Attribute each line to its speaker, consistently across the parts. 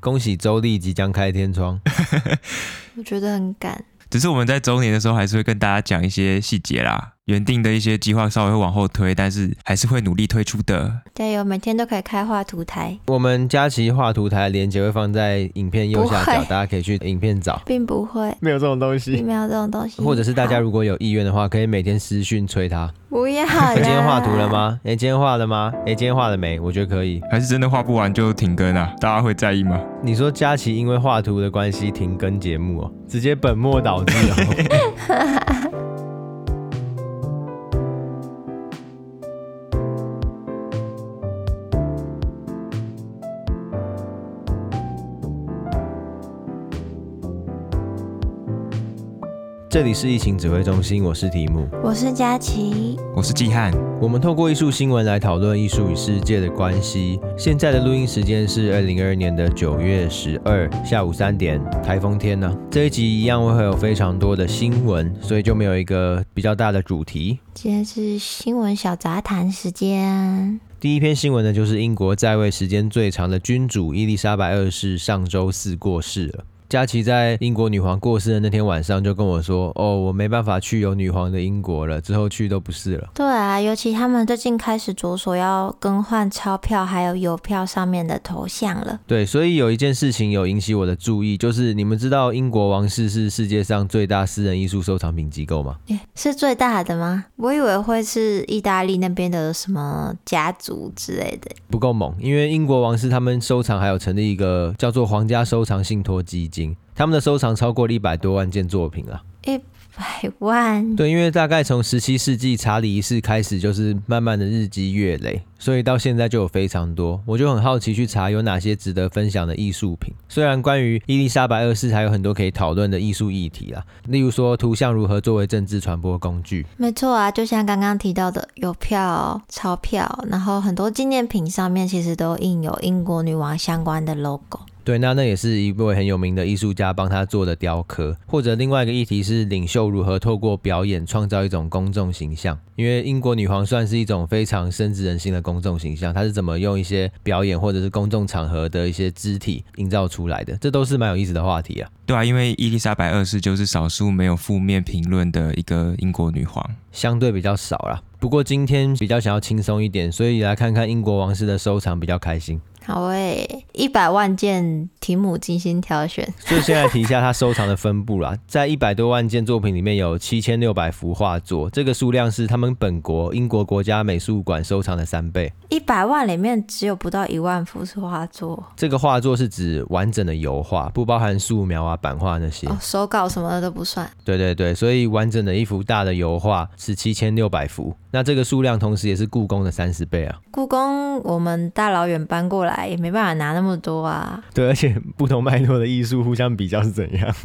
Speaker 1: 恭喜周丽即将开天窗，
Speaker 2: 我觉得很赶。
Speaker 3: 只是我们在周年的时候还是会跟大家讲一些细节啦，原定的一些计划稍微会往后推，但是还是会努力推出的。
Speaker 2: 加油，每天都可以开画图台，
Speaker 1: 我们佳琪画图台的链接会放在影片右下角，
Speaker 2: 不会
Speaker 1: 大家可以去影片找。
Speaker 2: 并不会，
Speaker 1: 没有这种东
Speaker 2: 并，没有这种东西。
Speaker 1: 或者是大家
Speaker 2: 好
Speaker 1: 如果有意愿的话，可以每天私讯催他。
Speaker 2: 不要啦，
Speaker 1: 哎，今天画图了？吗？哎，今天画了吗？哎，今天画了没？我觉得可以。
Speaker 3: 还是真的画不完就停更啊？大家会在意吗？
Speaker 1: 你说佳琪因为画图的关系停更节目哦，直接本末倒置哦。 这里是疫情指挥中心，我是提姆。
Speaker 2: 我是佳琪，
Speaker 3: 我是季汉，
Speaker 1: 我们透过艺术新闻来讨论艺术与世界的关系。现在的录音时间是二零二二年的九月十二下午三点，台风天呢、这一集一样会有非常多的新闻，所以就没有一个比较大的主题。
Speaker 2: 今天是新闻小杂谈时间。
Speaker 1: 第一篇新闻呢，就是英国在位时间最长的君主伊丽莎白二世上周四过世了。佳琪在英国女皇过世的那天晚上就跟我说：“哦，我没办法去有女皇的英国了，之后去都不是了。”
Speaker 2: 对啊，尤其他们最近开始着手要更换钞票还有邮票上面的头像了。
Speaker 1: 对，所以有一件事情有引起我的注意，就是你们知道英国王室是世界上最大私人艺术收藏品机构吗？
Speaker 2: 耶是最大的吗？我以为会是意大利那边的什么家族之类的。
Speaker 1: 不够猛，因为英国王室他们收藏还有成立一个叫做皇家收藏信托基金，他们的收藏超过了一百多万件作品啊。
Speaker 2: 百万，
Speaker 1: 对，因为大概从十七世纪查理一世开始，就是慢慢的日积月累，所以到现在就有非常多。我就很好奇去查有哪些值得分享的艺术品。虽然关于伊丽莎白二世还有很多可以讨论的艺术议题啦，例如说图像如何作为政治传播工具，
Speaker 2: 没错啊，就像刚刚提到的邮票、钞票，然后很多纪念品上面其实都印有英国女王相关的 logo。
Speaker 1: 对，那那也是一位很有名的艺术家帮他做的雕刻，或者另外一个议题是领袖如何透过表演创造一种公众形象。因为英国女皇算是一种非常深植人心的公众形象，她是怎么用一些表演或者是公众场合的一些肢体营造出来的，这都是蛮有意思的话题啊。
Speaker 3: 对啊，因为伊丽莎白二世就是少数没有负面评论的一个英国女皇。
Speaker 1: 相对比较少啦，不过今天比较想要轻松一点，所以来看看英国王室的收藏比较开心。
Speaker 2: 好诶，一百万件题目精心挑选，
Speaker 1: 所以先来提一下他收藏的分布啦，在一百多万件作品里面有七千六百幅画作，这个数量是他们本国英国国家美术馆收藏的三倍。
Speaker 2: 一百万里面只有不到一万幅是画作，
Speaker 1: 这个画作是指完整的油画，不包含素描啊、版画那些。
Speaker 2: 哦，手稿什么的都不算。
Speaker 1: 对对对，所以完整的一幅大的油画是七千六百幅，那这个数量同时也是故宫的三十倍啊。
Speaker 2: 故宫我们大老远搬过来也没办法拿那么多啊。
Speaker 1: 对，而且不同脉络的艺术互相比较是怎样？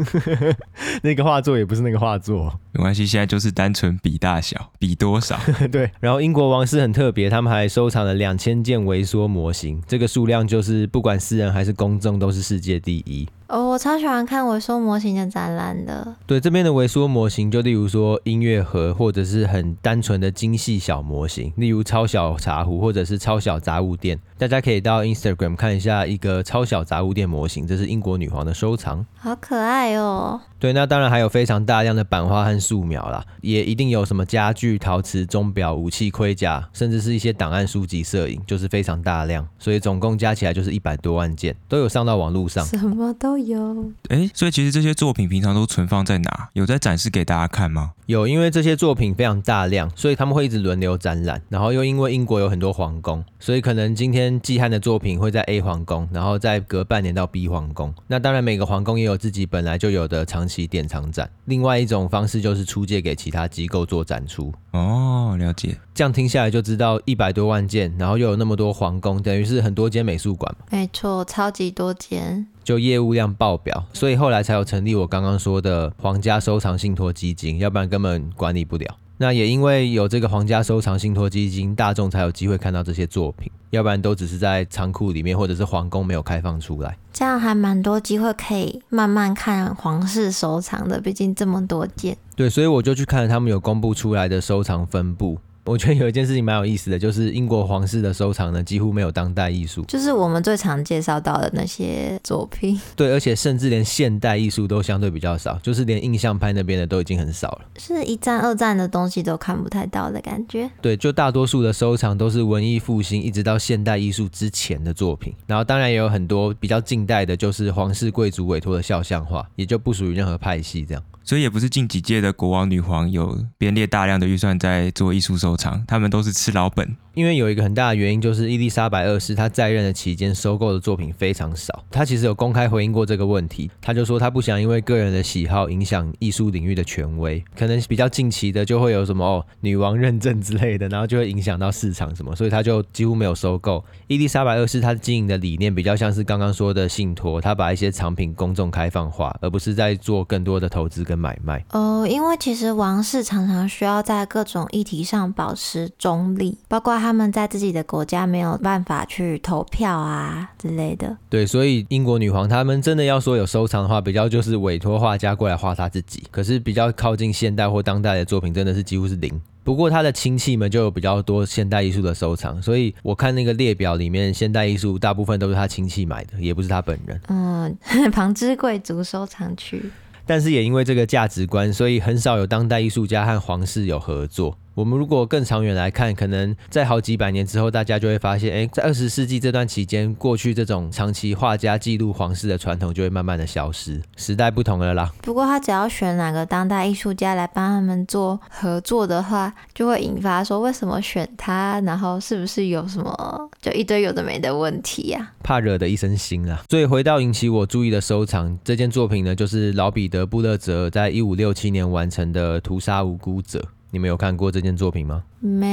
Speaker 1: 那个画作也不是那个画作。
Speaker 3: 没关系，现在就是单纯比大小， 比多少。
Speaker 1: 对，然后英国王室很特别，他们还收藏了两千件微缩模型，这个数量就是不管私人还是公众都是世界第一。
Speaker 2: 哦，我超喜欢看微缩模型的展览的，
Speaker 1: 对，这边的微缩模型就例如说音乐盒，或者是很单纯的精细小模型，例如超小茶壶或者是超小杂物店，大家可以到 Instagram 看一下一个超小杂物店模型，这是英国女皇的收藏。
Speaker 2: 好可爱哦。
Speaker 1: 对，那当然还有非常大量的版画和素描啦，也一定有什么家具、陶瓷、钟表、武器、盔甲，甚至是一些档案、书籍、摄影，就是非常大量。所以总共加起来就是一百多万件，都有上到网络上。
Speaker 2: 什么都有。
Speaker 3: 诶，所以其实这些作品平常都存放在哪？有在展示给大家看吗？
Speaker 1: 有，因为这些作品非常大量，所以他们会一直轮流展览。然后又因为英国有很多皇宫，所以可能今天季汉的作品会在 A 皇宫，然后再隔半年到 B 皇宫。那当然，每个皇宫也有自己本来就有的长期典藏展。另外一种方式就是出借给其他机构做展出。
Speaker 3: 哦，了解。
Speaker 1: 这样听下来就知道一百多万件，然后又有那么多皇宫，等于是很多间美术馆嘛，
Speaker 2: 没错，超级多间。
Speaker 1: 就业务量爆表，所以后来才有成立我刚刚说的皇家收藏信托基金，要不然根本管理不了。那也因为有这个皇家收藏信托基金，大众才有机会看到这些作品，要不然都只是在仓库里面或者是皇宫没有开放出来。
Speaker 2: 这样还蛮多机会可以慢慢看皇室收藏的，毕竟这么多件。
Speaker 1: 对，所以我就去看了他们有公布出来的收藏分布。我觉得有一件事情蛮有意思的，就是英国皇室的收藏呢几乎没有当代艺术，
Speaker 2: 就是我们最常介绍到的那些作品，
Speaker 1: 对，而且甚至连现代艺术都相对比较少，就是连印象派那边的都已经很少了。
Speaker 2: 是一战、二战的东西都看不太到的感觉。
Speaker 1: 对，就大多数的收藏都是文艺复兴一直到现代艺术之前的作品，然后当然也有很多比较近代的，就是皇室贵族委托的肖像画，也就不属于任何派系这样。
Speaker 3: 所以也不是近几届的国王、女皇有编列大量的预算在做艺术收藏，他们都是吃老本。
Speaker 1: 因为有一个很大的原因，就是伊丽莎白二世她在任的期间收购的作品非常少。她其实有公开回应过这个问题，她就说她不想因为个人的喜好影响艺术领域的权威。可能比较近期的就会有什么哦女王认证之类的，然后就会影响到市场什么，所以她就几乎没有收购。伊丽莎白二世她经营的理念比较像是刚刚说的信托，她把一些藏品公众开放化，而不是在做更多的投资跟买卖。
Speaker 2: 哦，因为其实王室常常需要在各种议题上保持中立，包括他们在自己的国家没有办法去投票啊之类的。
Speaker 1: 对，所以英国女皇他们真的要说有收藏的话，比较就是委托画家过来画她自己。可是比较靠近现代或当代的作品，真的是几乎是零。不过她的亲戚们就有比较多现代艺术的收藏，所以我看那个列表里面，现代艺术大部分都是她亲戚买的，也不是她本人。
Speaker 2: 嗯， 旁支贵族收藏区。
Speaker 1: 但是也因为这个价值观，所以很少有当代艺术家和皇室有合作。我们如果更长远来看，可能在好几百年之后，大家就会发现，哎，在二十世纪这段期间，过去这种长期画家记录皇室的传统就会慢慢的消失，时代不同了啦。
Speaker 2: 不过他只要选哪个当代艺术家来帮他们做合作的话，就会引发说为什么选他，然后是不是有什么就一堆有的没的问题啊呀、
Speaker 1: 怕惹的一身腥啊。所以回到引起我注意的收藏，这件作品呢，就是老彼得·布勒泽尔在一五六七年完成的《屠杀无辜者》。你们有看过这件作品吗？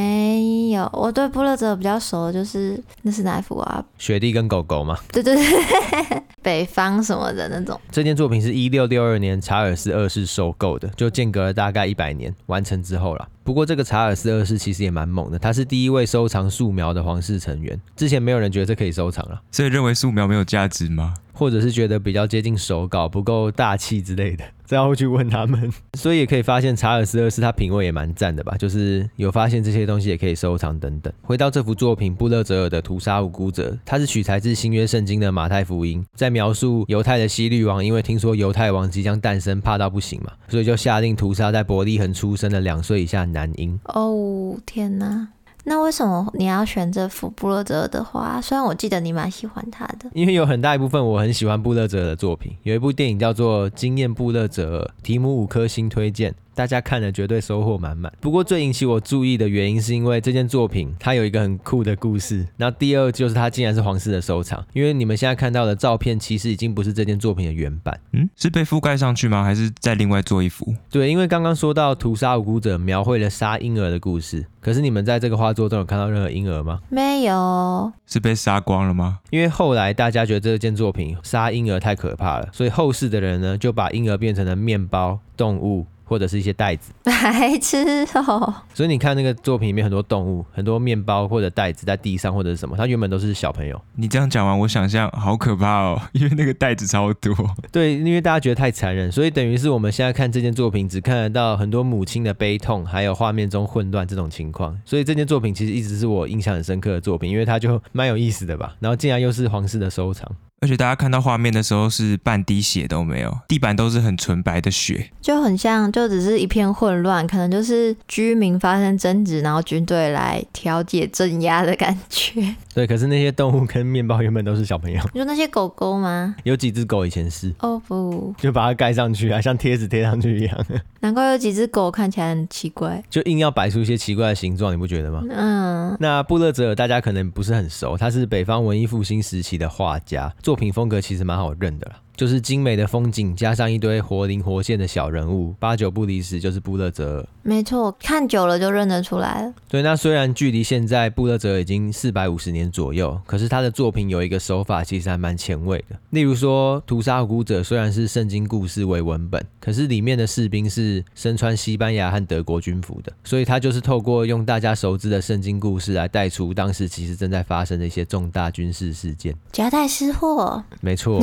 Speaker 2: 没有，我对布勒泽比较熟的就是那是哪一幅啊？
Speaker 1: 雪地跟狗狗吗？
Speaker 2: 对对对， 北方什么的那种。
Speaker 1: 这件作品是一六六二年查尔斯二世收购的，就间隔了大概一百年完成之后啦。不过这个查尔斯二世其实也蛮猛的，他是第一位收藏素描的皇室成员，之前没有人觉得这可以收藏了，
Speaker 3: 所以认为素描没有价值吗？
Speaker 1: 或者是觉得比较接近手稿不够大气之类的， 这样会去问他们。所以也可以发现查尔斯二世他品味也蛮赞的吧，就是有发现这些东西也可以收藏等等。回到这幅作品布勒泽尔的《屠杀无辜者》，它是取材自新约圣经的马太福音，在描述犹太的希律王，因为听说犹太王即将诞生，怕到不行嘛，所以就下令屠杀在伯利恒出生的两岁以下男婴。
Speaker 2: 哦天哪！那为什么你要选这幅布勒泽的画？虽然我记得你蛮喜欢他的，
Speaker 1: 因为有很大一部分我很喜欢布勒泽尔的作品，有一部电影叫做《惊艳布勒泽尔》，提姆五颗星推荐，大家看了绝对收获满满。不过最引起我注意的原因是因为这件作品它有一个很酷的故事，那第二就是它竟然是皇室的收藏，因为你们现在看到的照片其实已经不是这件作品的原版。
Speaker 3: 嗯，是被覆盖上去吗？还是再另外做一幅？
Speaker 1: 对，因为刚刚说到屠杀无辜者描绘了杀婴儿的故事，可是你们在这个画作中有看到任何婴儿吗？
Speaker 2: 没有
Speaker 3: 是被杀光了吗？
Speaker 1: 因为后来大家觉得这件作品杀婴儿太可怕了，所以后世的人呢就把婴儿变成了面包、动物或者是一些袋子。
Speaker 2: 白痴哦。
Speaker 1: 所以你看那个作品里面很多动物、很多面包或者袋子在地上或者是什么，它原本都是小朋友。
Speaker 3: 你这样讲完，我想象好可怕哦， 因为那个袋子超多。
Speaker 1: 对，因为大家觉得太残忍，所以等于是我们现在看这件作品只看得到很多母亲的悲痛，还有画面中混乱这种情况。所以这件作品其实一直是我印象很深刻的作品，因为它就蛮有意思的吧。然后竟然又是皇室的收藏。
Speaker 3: 而且大家看到画面的时候是半滴血都没有，地板都是很纯白的血。
Speaker 2: 就很像，就只是一片混乱，可能就是居民发生争执，然后军队来调解镇压的感觉。
Speaker 1: 对，可是那些动物跟面包原本都是小朋友，
Speaker 2: 你说那些狗狗吗？
Speaker 1: 有几只狗以前是。
Speaker 2: 哦不，
Speaker 1: 就把它盖上去啊，像贴纸贴上去一样，
Speaker 2: 难怪有几只狗看起来很奇怪。
Speaker 1: 就硬要摆出一些奇怪的形状，你不觉得吗？
Speaker 2: 嗯，
Speaker 1: 那布勒泽尔大家可能不是很熟，他是北方文艺复兴时期的画家，作品风格其实蛮好认的啦，就是精美的风景加上一堆活灵活现的小人物，八九不离十就是布勒泽尔。
Speaker 2: 没错，看久了就认得出来了。
Speaker 1: 对，那虽然距离现在布勒泽尔已经四百五十年左右，可是他的作品有一个手法其实还蛮前卫的。例如说，《屠杀无辜者》虽然是圣经故事为文本，可是里面的士兵是身穿西班牙和德国军服的，所以他就是透过用大家熟知的圣经故事来带出当时其实正在发生的一些重大军事事件。
Speaker 2: 夹带私货，
Speaker 1: 没错。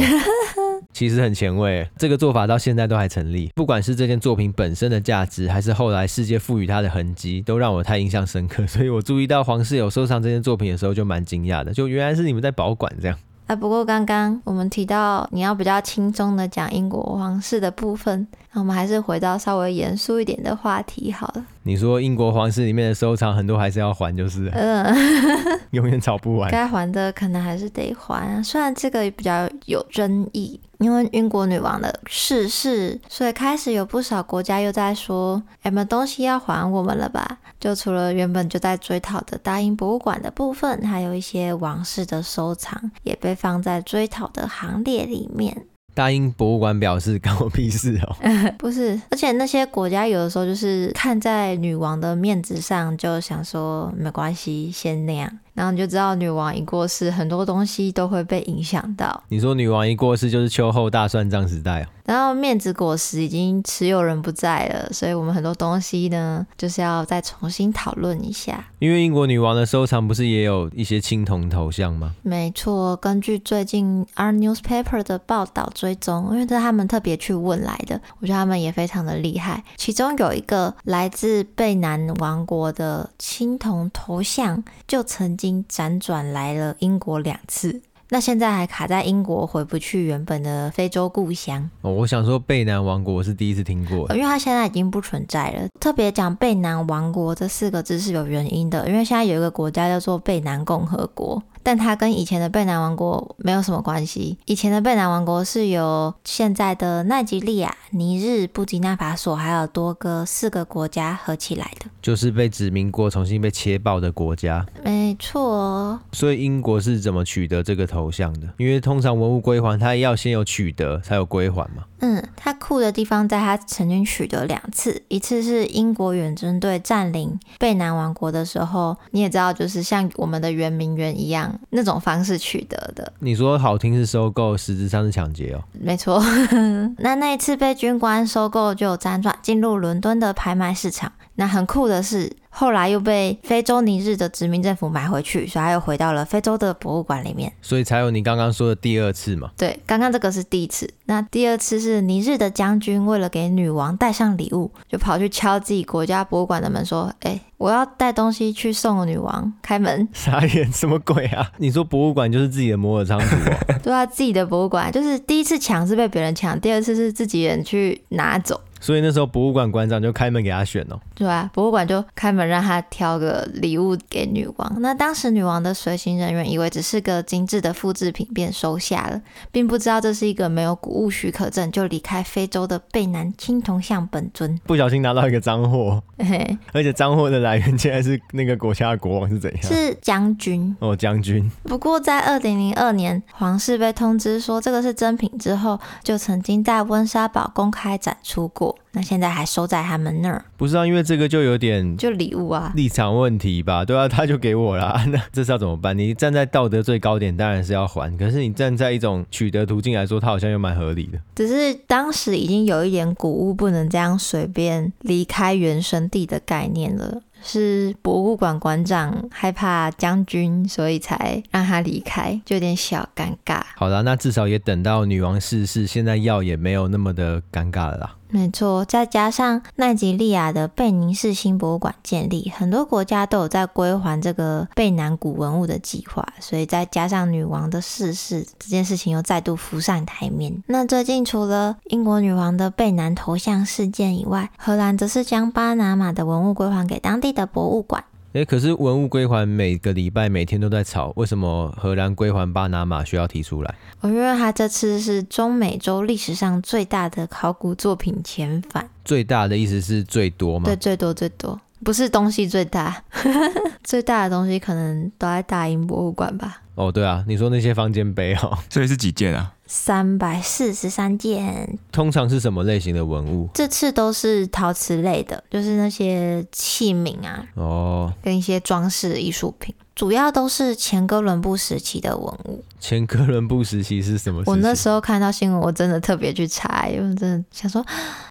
Speaker 1: 其实很前卫。这个做法到现在都还成立，不管是这件作品本身的价值，还是后来世界赋予它的痕迹，都让我太印象深刻。 所以我注意到黄世友收藏这件作品的时候，就蛮惊讶的，就原来是你们在保管这样。
Speaker 2: 啊，不过刚刚我们提到你要比较轻松的讲英国皇室的部分，那我们还是回到稍微严肃一点的话题好了。
Speaker 1: 你说英国皇室里面的收藏很多还是要还，就是了
Speaker 2: 嗯，
Speaker 1: 永远找不完。
Speaker 2: 该还的可能还是得还啊，虽然这个比较有争议，因为英国女王的逝世，所以开始有不少国家又在说，哎，们东西要还我们了吧？就除了原本就在追讨的大英博物馆的部分，还有一些王室的收藏也被放在追讨的行列里面。
Speaker 1: 大英博物馆表示，关我屁事哦。
Speaker 2: 不是，而且那些国家有的时候就是看在女王的面子上，就想说没关系，先那样。然后你就知道女王一过世，很多东西都会被影响到。
Speaker 1: 你说女王一过世就是秋后大算账时代哦。
Speaker 2: 然后面子果实已经持有人不在了，所以我们很多东西呢，就是要再重新讨论一下。
Speaker 1: 因为英国女王的收藏不是也有一些青铜头像吗？
Speaker 2: 没错，根据最近 R Newspaper 的报道追踪，因为这是他们特别去问来的，我觉得他们也非常的厉害。其中有一个来自贝南王国的青铜头像，就曾经辗转来了英国两次，那现在还卡在英国，回不去原本的非洲故乡。
Speaker 1: 哦，我想说贝南王国我是第一次听过的。
Speaker 2: 因为它现在已经不存在了。特别讲贝南王国这四个字是有原因的，因为现在有一个国家叫做贝南共和国，但它跟以前的贝南王国没有什么关系。以前的贝南王国是由现在的奈及利亚、尼日、布吉纳法索还有多个四个国家合起来的。
Speaker 1: 就是被殖民过、重新被切爆的国家，
Speaker 2: 没错哦，
Speaker 1: 所以英国是怎么取得这个头像的？因为通常文物归还，它要先有取得，才有归还嘛。
Speaker 2: 嗯，它酷的地方在它曾经取得两次，一次是英国远征队占领贝南王国的时候，你也知道，就是像我们的圆明园一样那种方式取得的，
Speaker 1: 你说好听是收购，实质上是抢劫哦。
Speaker 2: 没错。 那那一次被军官收购，就辗转进入伦敦的拍卖市场。那很酷的是，后来又被非洲尼日的殖民政府买回去，所以它又回到了非洲的博物馆里面。
Speaker 1: 所以才有你刚刚说的第二次嘛。，
Speaker 2: 对，刚刚这个是第一次，那第二次是尼日的将军为了给女王带上礼物，就跑去敲自己国家博物馆的门说：“哎、我要带东西去送女王。”开门
Speaker 1: 傻眼，什么鬼啊？你说博物馆就是自己的摩尔仓库 哦？
Speaker 2: 对啊，自己的博物馆就是第一次抢是被别人抢，第二次是自己人去拿走，
Speaker 1: 所以那时候博物馆馆长就开门给他选哦。
Speaker 2: 对啊，博物馆就开门让他挑个礼物给女王。那当时女王的随行人员以为只是个精致的复制品，便收下了，并不知道这是一个没有古物许可证就离开非洲的贝南青铜像本尊。
Speaker 1: 不小心拿到一个脏货，
Speaker 2: 嘿嘿
Speaker 1: 而且脏货的来源竟然是那个国家的国王是怎样？
Speaker 2: 是将军。
Speaker 1: 哦，将军。
Speaker 2: 不过，在二零零二年，皇室被通知说这个是真品之后，就曾经在温莎堡公开展出过。那现在还收在他们那儿，
Speaker 1: 不是啊，因为这个就有点
Speaker 2: 就礼物 啊。
Speaker 1: 立场问题吧，对啊，他就给我啦。 那这是要怎么办？你站在道德最高点，当然是要还。可是你站在一种取得途径来说，它好像又蛮合理的。
Speaker 2: 只是当时已经有一点古物不能这样随便离开原生地的概念了。是博物馆馆长害怕将军，所以才让他离开，就有点小尴尬。
Speaker 1: 好啦，那至少也等到女王逝世，现在要也没有那么的尴尬了啦。
Speaker 2: 没错，再加上奈及利亚的贝宁市新博物馆建立，很多国家都有在归还这个贝南古文物的计划，所以再加上女王的逝世，这件事情又再度浮上台面。那最近除了英国女王的贝南头像事件以外，荷兰则是将巴拿马的文物归还给当地的博物馆。
Speaker 1: 诶，可是文物归还每个礼拜每天都在吵，为什么荷兰归还巴拿马需要提出来？
Speaker 2: 我认为它这次是中美洲历史上最大的考古作品遣返。
Speaker 1: 最大的意思是最多嘛
Speaker 2: 对，？最多最多，不是东西最大， 最大的东西可能都在大英博物馆吧，
Speaker 1: 哦，对啊，你说那些方尖碑哦，
Speaker 3: 所以是几件啊？
Speaker 2: 三百四十三件，
Speaker 1: 通常是什么类型的文物？
Speaker 2: 这次都是陶瓷类的，就是那些器皿啊，
Speaker 1: 哦，
Speaker 2: 跟一些装饰艺术品。主要都是前哥伦布时期的文物。
Speaker 1: 前哥伦布时期哦是什么时期？
Speaker 2: 我那时候看到新闻，我真的特别去查，因为我真的想说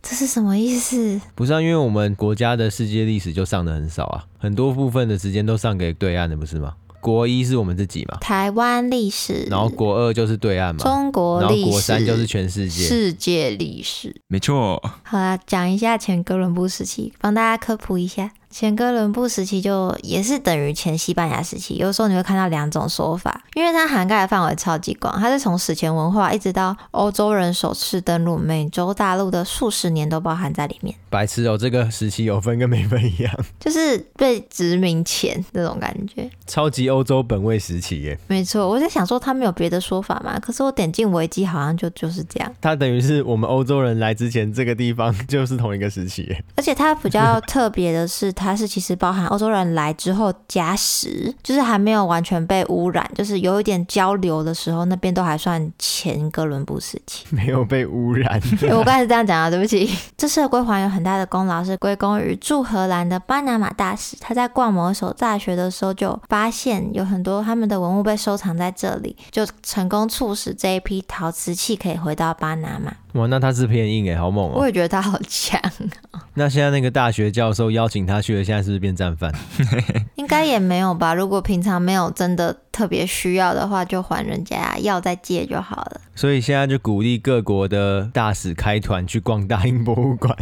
Speaker 2: 这是什么意思？
Speaker 1: 不是啊，因为我们国家的世界历史就上的很少啊，很多部分的时间都上给对岸的，不是吗？国一是我们自己嘛，
Speaker 2: 台湾历史，
Speaker 1: 然后国二就是对岸嘛，
Speaker 2: 中国
Speaker 1: 然
Speaker 2: 历
Speaker 1: 后
Speaker 2: 史，
Speaker 1: 国三就是全世界。
Speaker 2: 世界历史。
Speaker 3: 没错，
Speaker 2: 好啦，讲一下前哥伦布时期，帮大家科普一下。前哥伦布时期就也是等于前西班牙时期，有时候你会看到两种说法，因为它涵盖的范围超级广，它是从史前文化一直到欧洲人首次登陆美洲大陆的数十年都包含在里面。
Speaker 1: 白痴哦，这个时期有分跟没分一样，
Speaker 2: 就是被殖民前那种感觉。
Speaker 1: 超级欧洲本位时期耶，
Speaker 2: 没错，我在想说他们有别的说法吗？可是我点进维基好像就就是这样，
Speaker 1: 它等于是我们欧洲人来之前，这个地方就是同一个时期耶。
Speaker 2: 而且它比较特别的是，它是其实包含欧洲人来之后加时，就是还没有完全被污染，就是有一点交流的时候，那边都还算前哥伦布时期。
Speaker 1: 没有被污 染。
Speaker 2: 欸我刚才是这样讲啊，对不起。这次的归还有很大的功劳是归功于驻荷兰的巴拿马大使，他在逛某一所大学的时候就发现有很多他们的文物被收藏在这里，就成功促使这一批陶瓷器可以回到巴拿马。
Speaker 1: 哇，那他是偏硬哎，好猛哦、
Speaker 2: 我也觉得他好强，
Speaker 1: 那现在那个大学教授邀请他去的，现在是不是变战犯？
Speaker 2: 应该也没有吧？如果平常没有真的特别需要的话，就还人家，要再借就好了。
Speaker 1: 所以现在就鼓励各国的大使开团去逛大英博物馆，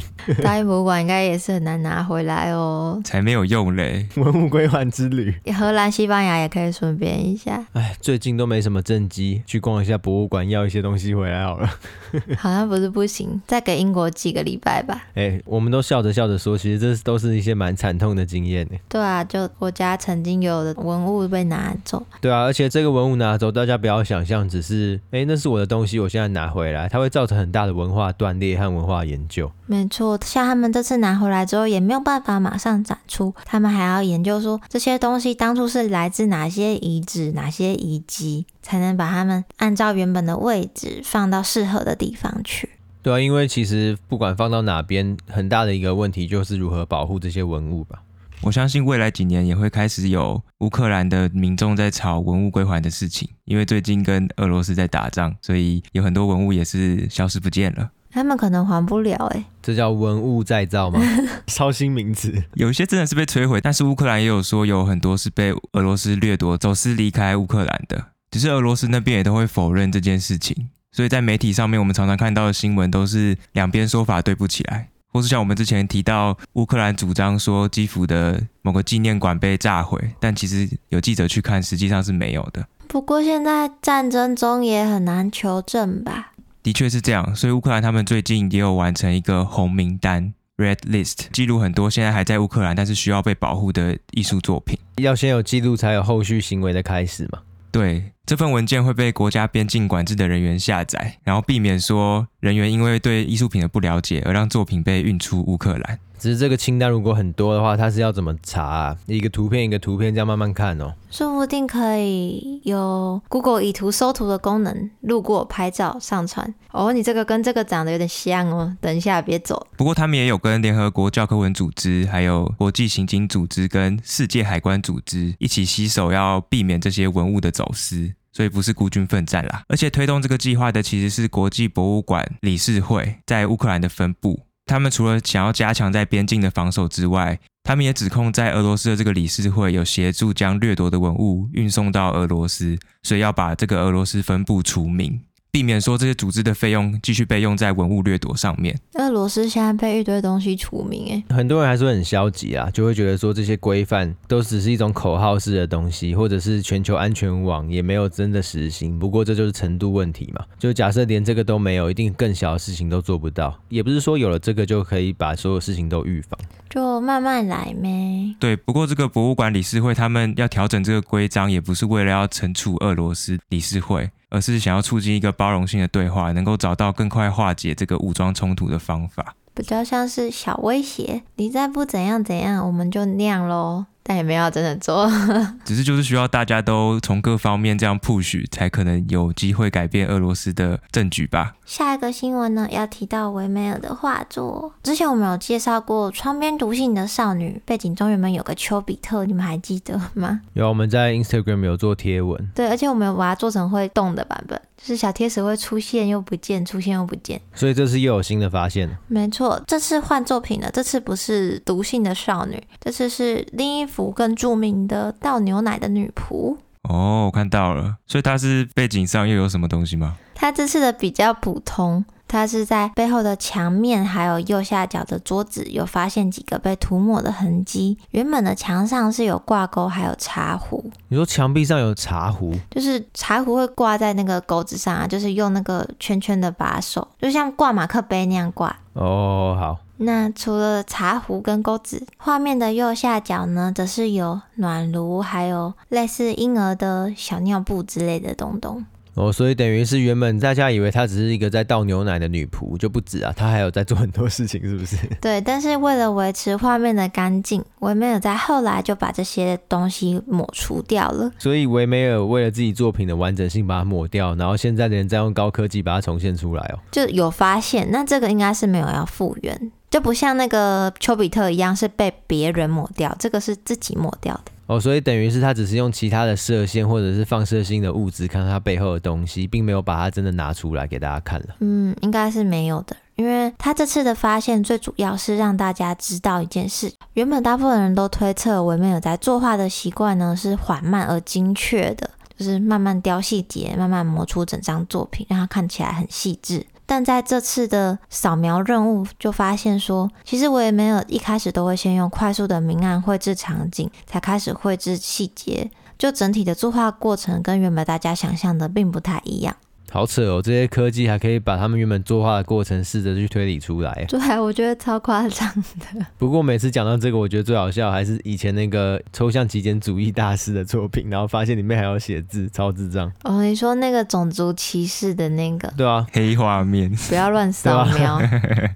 Speaker 2: 大英博物馆应该也是很难拿回来哦。
Speaker 3: 才没有用嘞。
Speaker 1: 文物归还之旅。
Speaker 2: 荷兰、西班牙也可以顺便 一下，
Speaker 1: 哎，最近都没什么政绩，去逛一下博物馆，要一些东西回来好了。
Speaker 2: 好像不是不行，再给英国几个礼拜吧。
Speaker 1: 哎，我们都笑着笑着说，其实这都是一些蛮惨痛的经验哎。
Speaker 2: 对啊，就国家曾经有的文物被拿走，
Speaker 1: 对啊，而且这个文物拿走，大家不要想象只是哎那是我的东西，我现在拿回来，它会造成很大的文化断裂和文化研究。
Speaker 2: 没错。像他们这次拿回来之后，也没有办法马上展出，他们还要研究说这些东西当初是来自哪些遗址、哪些遗迹，才能把它们按照原本的位置放到适合的地方去。
Speaker 1: 对啊，因为其实不管放到哪边，很大的一个问题就是如何保护这些文物吧。
Speaker 3: 我相信未来几年也会开始有乌克兰的民众在吵文物归还的事情，因为最近跟俄罗斯在打仗，所以有很多文物也是消失不见了。
Speaker 2: 他们可能还不了哎、
Speaker 1: 这叫文物再造 吗？超新名词。
Speaker 3: 有一些真的是被摧毁，但是乌克兰也有说有很多是被俄罗斯掠夺、走私离开乌克兰的，只是俄罗斯那边也都会否认这件事情。所以在媒体上面，我们常常看到的新闻都是两边说法对不起来，或是像我们之前提到乌克兰主张说基辅的某个纪念馆被炸毁，但其实有记者去看，实际上是没有的。
Speaker 2: 不过现在战争中也很难求证吧。
Speaker 3: 的确是这样，所以乌克兰他们最近也有完成一个红名单 （Red List），记录很多现在还在乌克兰但是需要被保护的艺术作品。
Speaker 1: 要先有记录，才有后续行为的开始嘛。
Speaker 3: 对，这份文件会被国家边境管制的人员下载，然后避免说人员因为对艺术品的不了解而让作品被运出乌克兰。
Speaker 1: 只是这个清单如果很多的话，它是要怎么查、啊？一个图片一个图片这样慢慢看哦。
Speaker 2: 说不定可以有 Google 以图搜图的功能，路过拍照上传。哦，你这个跟这个长得有点像哦，等一下别走。
Speaker 3: 不过他们也有跟联合国教科文组织、还有国际刑警组织跟世界海关组织一起携手，要避免这些文物的走私。所以不是孤军奋战啦，而且推动这个计划的其实是国际博物馆理事会在乌克兰的分部。他们除了想要加强在边境的防守之外，他们也指控在俄罗斯的这个理事会有协助将掠夺的文物运送到俄罗斯，所以要把这个俄罗斯分部除名，避免说这些组织的费用继续被用在文物掠夺上面。
Speaker 2: 俄罗斯现在被一堆东西除名，欸诶，
Speaker 1: 很多人还是会很消极啊，就会觉得说这些规范都只是一种口号式的东西，或者是全球安全网也没有真的实行。不过这就是程度问题嘛，就假设连这个都没有，一定更小的事情都做不到。也不是说有了这个就可以把所有事情都预防。
Speaker 2: 就慢慢来呗。
Speaker 3: 对，不过这个博物馆理事会他们要调整这个规章，也不是为了要惩处俄罗斯理事会，而是想要促进一个包容性的对话，能够找到更快化解这个武装冲突的方法。
Speaker 2: 比较像是小威胁，你再不怎样怎样，我们就那样喽。但也没有要真的做，
Speaker 3: 只是就是需要大家都从各方面这样 push，才可能有机会改变俄罗斯的政局吧。
Speaker 2: 下一个新闻呢，要提到维梅尔的画作。之前我们有介绍过《窗边毒性的少女》，背景中原本有个丘比特，你们还记得吗？
Speaker 1: 有啊我们在 Instagram 有做贴文，
Speaker 2: 对，而且我们有把它做成会动的版本，就是小贴纸会出现又不见，出现又不见。
Speaker 1: 所以这次又有新的发现了。
Speaker 2: 没错，这次换作品了，这次不是毒性的少女，这次是另一服更著名的倒牛奶的女仆。
Speaker 3: 哦，我看到了，所以它是背景上又有什么东西吗？
Speaker 2: 它这次的比较普通，它是在背后的墙面还有右下角的桌子有发现几个被涂抹的痕迹。原本的墙上是有挂钩，还有茶壶，
Speaker 1: 你说墙壁上有茶壶，
Speaker 2: 就是茶壶会挂在那个钩子上啊，就是用那个圈圈的把手，就像挂马克杯那样挂。
Speaker 1: 哦，好，
Speaker 2: 那除了茶壶跟钩子，画面的右下角呢，则是有暖炉，还有类似婴儿的小尿布之类的东东。
Speaker 1: 哦，所以等于是原本大家以为她只是一个在倒牛奶的女仆，就不止啊，她还有在做很多事情，是不是？
Speaker 2: 对，但是为了维持画面的干净，维梅尔在后来就把这些东西抹除掉了。
Speaker 1: 所以维梅尔为了自己作品的完整性把它抹掉，然后现在的人再用高科技把它重现出来哦。
Speaker 2: 就有发现，那这个应该是没有要复原，就不像那个丘比特一样是被别人抹掉，这个是自己抹掉的。
Speaker 1: 哦，所以等于是他只是用其他的射线或者是放射性的物质看它背后的东西，并没有把它真的拿出来给大家看了。
Speaker 2: 嗯，应该是没有的，因为他这次的发现最主要是让大家知道一件事：原本大部分人都推测维梅尔在作画的习惯呢是缓慢而精确的，就是慢慢雕细节，慢慢磨出整张作品，让它看起来很细致。但在这次的扫描任务就发现说，其实维梅尔一开始都会先用快速的明暗绘制场景，才开始绘制细节，就整体的作画过程跟原本大家想象的并不太一样。
Speaker 1: 好扯哦，这些科技还可以把他们原本作画的过程试着去推理出来。哦
Speaker 2: 对，啊我觉得超夸张的。
Speaker 1: 不过每次讲到这个，我觉得最好笑还是以前那个抽象极简主义大师的作品，然后发现里面还有写字，超智障。
Speaker 2: 哦，你说那个种族歧视的那个，
Speaker 1: 对啊，
Speaker 3: 黑画面，
Speaker 2: 不要乱扫描，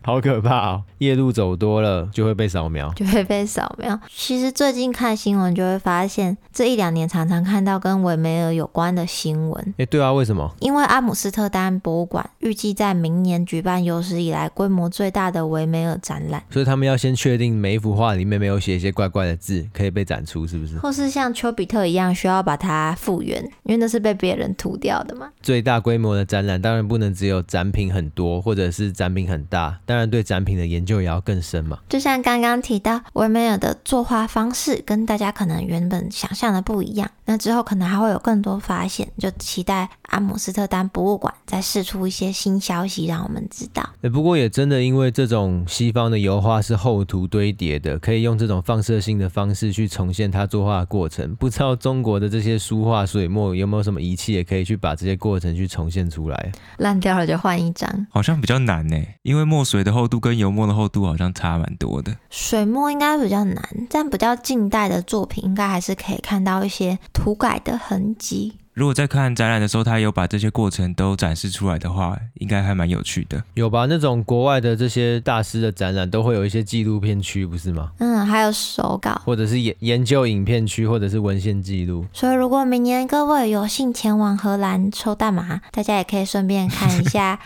Speaker 1: 好可怕哦！夜路走多了就会被扫描。
Speaker 2: 就会被扫描。 其实最近看新闻就会发现，这一两年常常看到跟维梅尔有关的新闻。
Speaker 1: 哎，对啊，为什么？
Speaker 2: 因为阿姆斯特丹博物馆预计在明年举办有史以来规模最大的维梅尔展览，
Speaker 1: 所以他们要先确定每一幅画里面没有写一些怪怪的字，可以被展出，是不 是？
Speaker 2: 或是像丘比特一样需要把它复原，因为那是被别人涂掉的嘛。
Speaker 1: 最大规模的展览当然不能只有展品很多，或者是展品很大，当然对展品的研究也要更深嘛。
Speaker 2: 就像刚刚提到，维梅尔的作画方式跟大家可能原本想象的不一样，那之后可能还会有更多发现，就期待阿姆斯特丹博物馆再释出一些新消息，让我们知道。
Speaker 1: 诶欸不过也真的因为这种西方的油画是厚涂堆叠的，可以用这种放射性的方式去重现它作画的过程。不知道中国的这些书画水墨有没有什么仪器也可以去把这些过程去重现出来？
Speaker 2: 烂掉了就换一张。
Speaker 3: 好像比较难呢，因为墨水的厚度跟油墨的厚度好像差蛮多的。
Speaker 2: 水墨应该比较难，但比较近代的作品应该还是可以看到一些涂改的痕迹。
Speaker 3: 如果在看展览的时候，他有把这些过程都展示出来的话，应该还蛮有趣的。
Speaker 1: 有吧？那种国外的这些大师的展览都会有一些纪录片区，不是吗？
Speaker 2: 嗯，还有手稿。
Speaker 1: 或者是研研究影片区，或者是文献记录。
Speaker 2: 所以，如果明年各位有幸前往荷兰抽大麻，大家也可以顺便看一下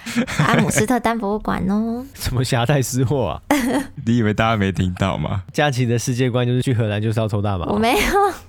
Speaker 2: 阿姆斯特丹博物馆哦。
Speaker 1: 什么狭带私货啊？
Speaker 3: 你以为大家没听到吗？
Speaker 1: 佳琪的世界观就是去荷兰就是要抽大麻啊
Speaker 2: 我，没有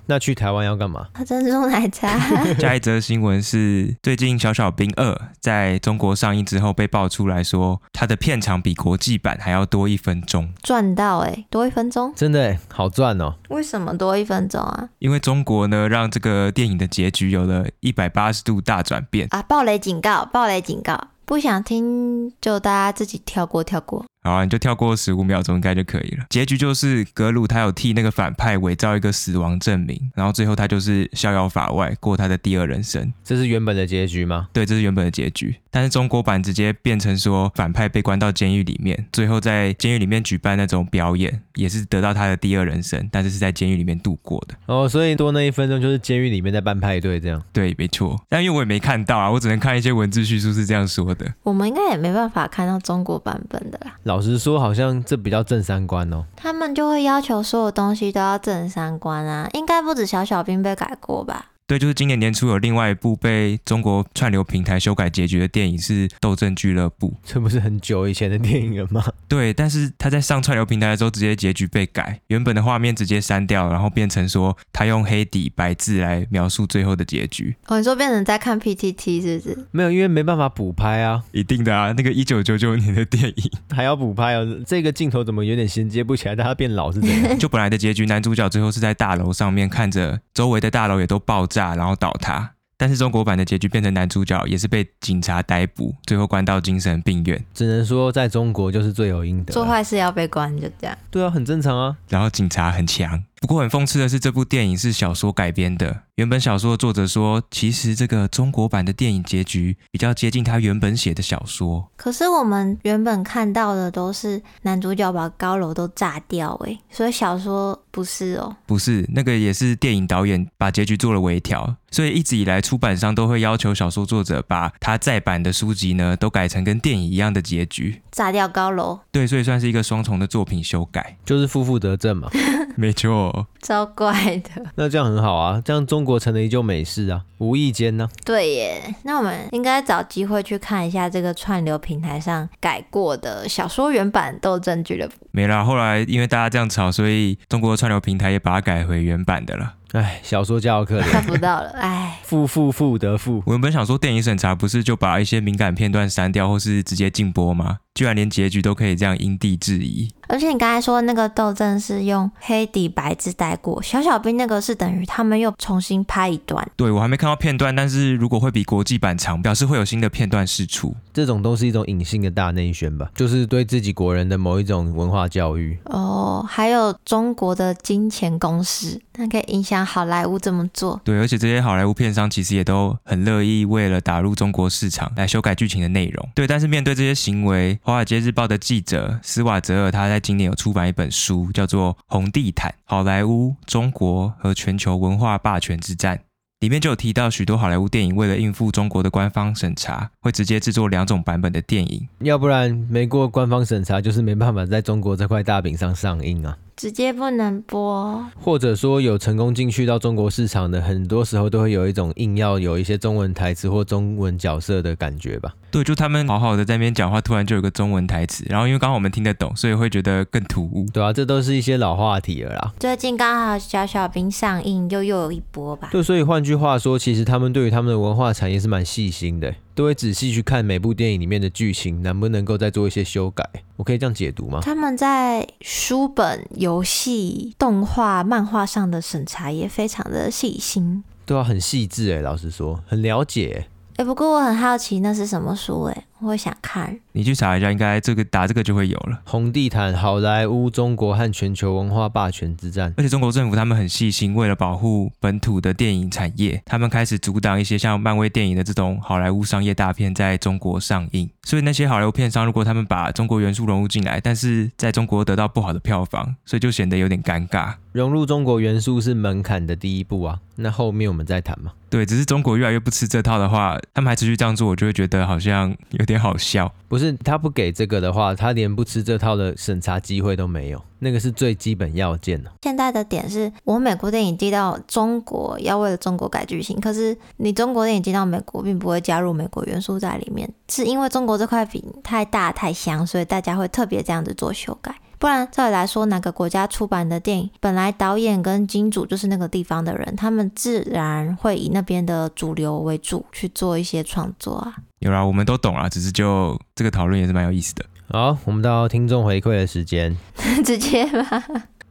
Speaker 1: 那去台湾要干嘛？
Speaker 2: 喝啊珍珠奶 茶，
Speaker 3: 下一则新闻是，最近《小小兵二》在中国上映之后被爆出来说，它的片长比国际版还要多一分钟，
Speaker 2: 赚到哎、多一分钟？
Speaker 1: 真的欸好赚哦！
Speaker 2: 为什么多一分钟啊？
Speaker 3: 因为中国呢让这个电影的结局有了一百八十度大转变。
Speaker 2: 啊，暴雷警告，暴雷警告！不想听就大家自己跳过，跳过。
Speaker 3: 好啊，你就跳过十五秒钟应该就可以了。结局就是格鲁他有替那个反派伪造一个死亡证明，然后最后他就是逍遥法外，过他的第二人生。
Speaker 1: 这是原本的结局吗？
Speaker 3: 对，这是原本的结局，但是中国版直接变成说反派被关到监狱里面，最后在监狱里面举办那种表演，也是得到他的第二人生，但是是在监狱里面度过的。
Speaker 1: 哦，所以多那一分钟就是监狱里面在办派对这样。
Speaker 3: 对，没错。但因为我也没看到啊，我只能看一些文字叙述是这样说的。
Speaker 2: 我们应该也没办法看到中国版本的啦。
Speaker 1: 老实说，好像这比较正三观哦。
Speaker 2: 他们就会要求所有东西都要正三观啊，应该不止小小兵被改过吧？
Speaker 3: 对，就是今年年初有另外一部被中国串流平台修改结局的电影是《斗争俱乐部》。
Speaker 1: 这不是很久以前的电影了吗？
Speaker 3: 对，但是他在上串流平台的时候，直接结局被改，原本的画面直接删掉，然后变成说他用黑底白字来描述最后的结局。
Speaker 2: 哦，你说变成在看 PTT 是不是？
Speaker 1: 没有，因为没办法补拍啊，
Speaker 3: 一定的啊，那个一九九九年的电影，
Speaker 1: 还要补拍哦。这个镜头怎么有点衔接不起来？大家变老是怎 样？
Speaker 3: 就本来的结局，男主角最后是在大楼上面看着周围的大楼也都爆炸，然后倒塌。但是中国版的结局变成男主角也是被警察逮捕，最后关到精神病院，
Speaker 1: 只能说在中国就是罪有应得
Speaker 2: 做
Speaker 1: 啊。
Speaker 2: 坏事要被关，就这样。
Speaker 1: 对啊，很正常啊。
Speaker 3: 然后警察很强。不过很讽刺的是，这部电影是小说改编的。原本小说的作者说，其实这个中国版的电影结局比较接近他原本写的小说。
Speaker 2: 可是我们原本看到的都是男主角把高楼都炸掉、欸，所以小说不是哦。
Speaker 3: 不是，那个也是电影导演把结局做了微调，所以一直以来出版商都会要求小说作者把他再版的书籍呢都改成跟电影一样的结局。
Speaker 2: 炸掉高楼，
Speaker 3: 对，所以算是一个双重的作品修改。
Speaker 1: 就是负负得 正嘛，
Speaker 3: 没错，
Speaker 2: 超怪的。
Speaker 1: 那这样很好啊，这样中国成了一旧美事啊，无意间呢、
Speaker 2: 对耶，那我们应该找机会去看一下这个串流平台上改过的小说原版《斗争俱乐部》。
Speaker 3: 没啦。后来因为大家这样吵，所以中国的串流平台也把它改回原版的了。
Speaker 1: 哎，小说家好可怜，
Speaker 2: 看不 到了，哎，
Speaker 1: 负负负得负，
Speaker 3: 我原本想说，电影审查不是就把一些敏感片段删掉，或是直接禁播吗？居然连结局都可以这样因地制宜。
Speaker 2: 而且你刚才说那个斗争是用黑底白字带过，小小兵那个是等于他们又重新拍一段，
Speaker 3: 对我还没看到片段，但是如果会比国际版长，表示会有新的片段释出。
Speaker 1: 这种都是一种隐性的大内宣吧，就是对自己国人的某一种文化教育。
Speaker 2: 哦，还有中国的金钱公式，那可以影响好莱坞这么做。
Speaker 3: 对，而且这些好莱坞片商其实也都很乐意为了打入中国市场来修改剧情的内容。对，但是面对这些行为，《华尔街日报》的记者斯瓦泽尔他在今年有出版一本书，叫做《红地毯：好莱坞、中国和全球文化霸权之战》。里面就有提到，许多好莱坞电影为了应付中国的官方审查，会直接制作两种版本的电影。
Speaker 1: 要不然没过官方审查，就是没办法在中国这块大饼上上映啊。
Speaker 2: 直接不能播，
Speaker 1: 或者说有成功进去到中国市场的，很多时候都会有一种硬要有一些中文台词或中文角色的感觉吧。
Speaker 3: 对，就他们好好的在那边讲话，突然就有个中文台词，然后因为刚好我们听得懂，所以会觉得更突兀。
Speaker 1: 对啊，这都是一些老话题了啦。
Speaker 2: 最近刚好小小兵上映，又又有一波吧。
Speaker 1: 对，所以换句话说，其实他们对于他们的文化产业是蛮细心的，都会仔细去看每部电影里面的剧情能不能够再做一些修改。我可以这样解读吗？
Speaker 2: 他们在书本、游戏、动画、漫画上的审查也非常的细心。
Speaker 1: 对啊，很细致诶，老实说，很了解欸。
Speaker 2: 哎、不过我很好奇那是什么书哎、我会想看。
Speaker 3: 你去查一下，应该这个打这个就会有了。
Speaker 1: 红地毯、好莱坞、中国和全球文化霸权之战。
Speaker 3: 而且中国政府他们很细心，为了保护本土的电影产业，他们开始阻挡一些像漫威电影的这种好莱坞商业大片在中国上映。所以那些好莱坞片商如果他们把中国元素融入进来，但是在中国得到不好的票房，所以就显得有点尴尬。
Speaker 1: 融入中国元素是门槛的第一步啊，那后面我们再谈嘛。
Speaker 3: 对，只是中国越来越不吃这套的话，他们还持续这样做，我就会觉得好像有点好笑。
Speaker 1: 不是他不给这个的话，他连不吃这套的审查机会都没有，那个是最基本要件啊的、
Speaker 2: 现在的点是我美国电影寄到中国，要为了中国改剧情。可是你中国电影寄到美国，并不会加入美国元素在里面，是因为中国这块饼太大太香，所以大家会特别这样子做修改。不然，照理来说，哪个国家出版的电影，本来导演跟金主就是那个地方的人，他们自然会以那边的主流为主去做一些创作啊。
Speaker 3: 有啦，我们都懂啦，只是就这个讨论也是蛮有意思的。
Speaker 1: 好，我们到听众回馈的时间，
Speaker 2: 直接吧，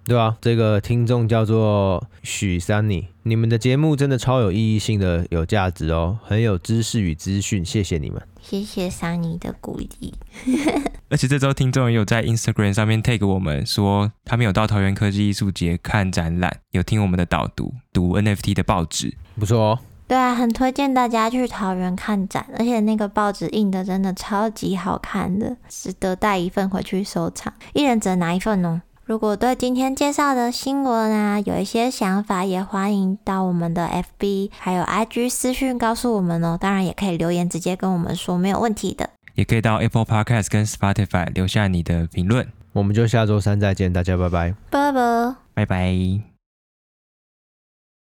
Speaker 1: 对啊，这个听众叫做许三妮，你们的节目真的超有意义性的，有价值哦，很有知识与资讯，谢谢你们。
Speaker 2: 谢谢桑尼的鼓励。
Speaker 3: 而且这周听众也有在 Instagram 上面 tag 我们说，他们有到桃园科技艺术节看展览，有听我们的导读，读 NFT 的报纸。
Speaker 1: 不错哦，
Speaker 2: 对啊，很推荐大家去桃园看展，而且那个报纸印的真的超级好看的，值得带一份回去收藏，一人只能拿一份哦。如果对今天介绍的新闻啊有一些想法，也欢迎到我们的 FB 还有 IG 私讯告诉我们哦。当然也可以留言直接跟我们说，没有问题的。
Speaker 3: 也可以到 Apple Podcast 跟 Spotify 留下你的评论。
Speaker 1: 我们就下周三再见，大家拜拜。
Speaker 2: 拜拜。
Speaker 3: 拜拜。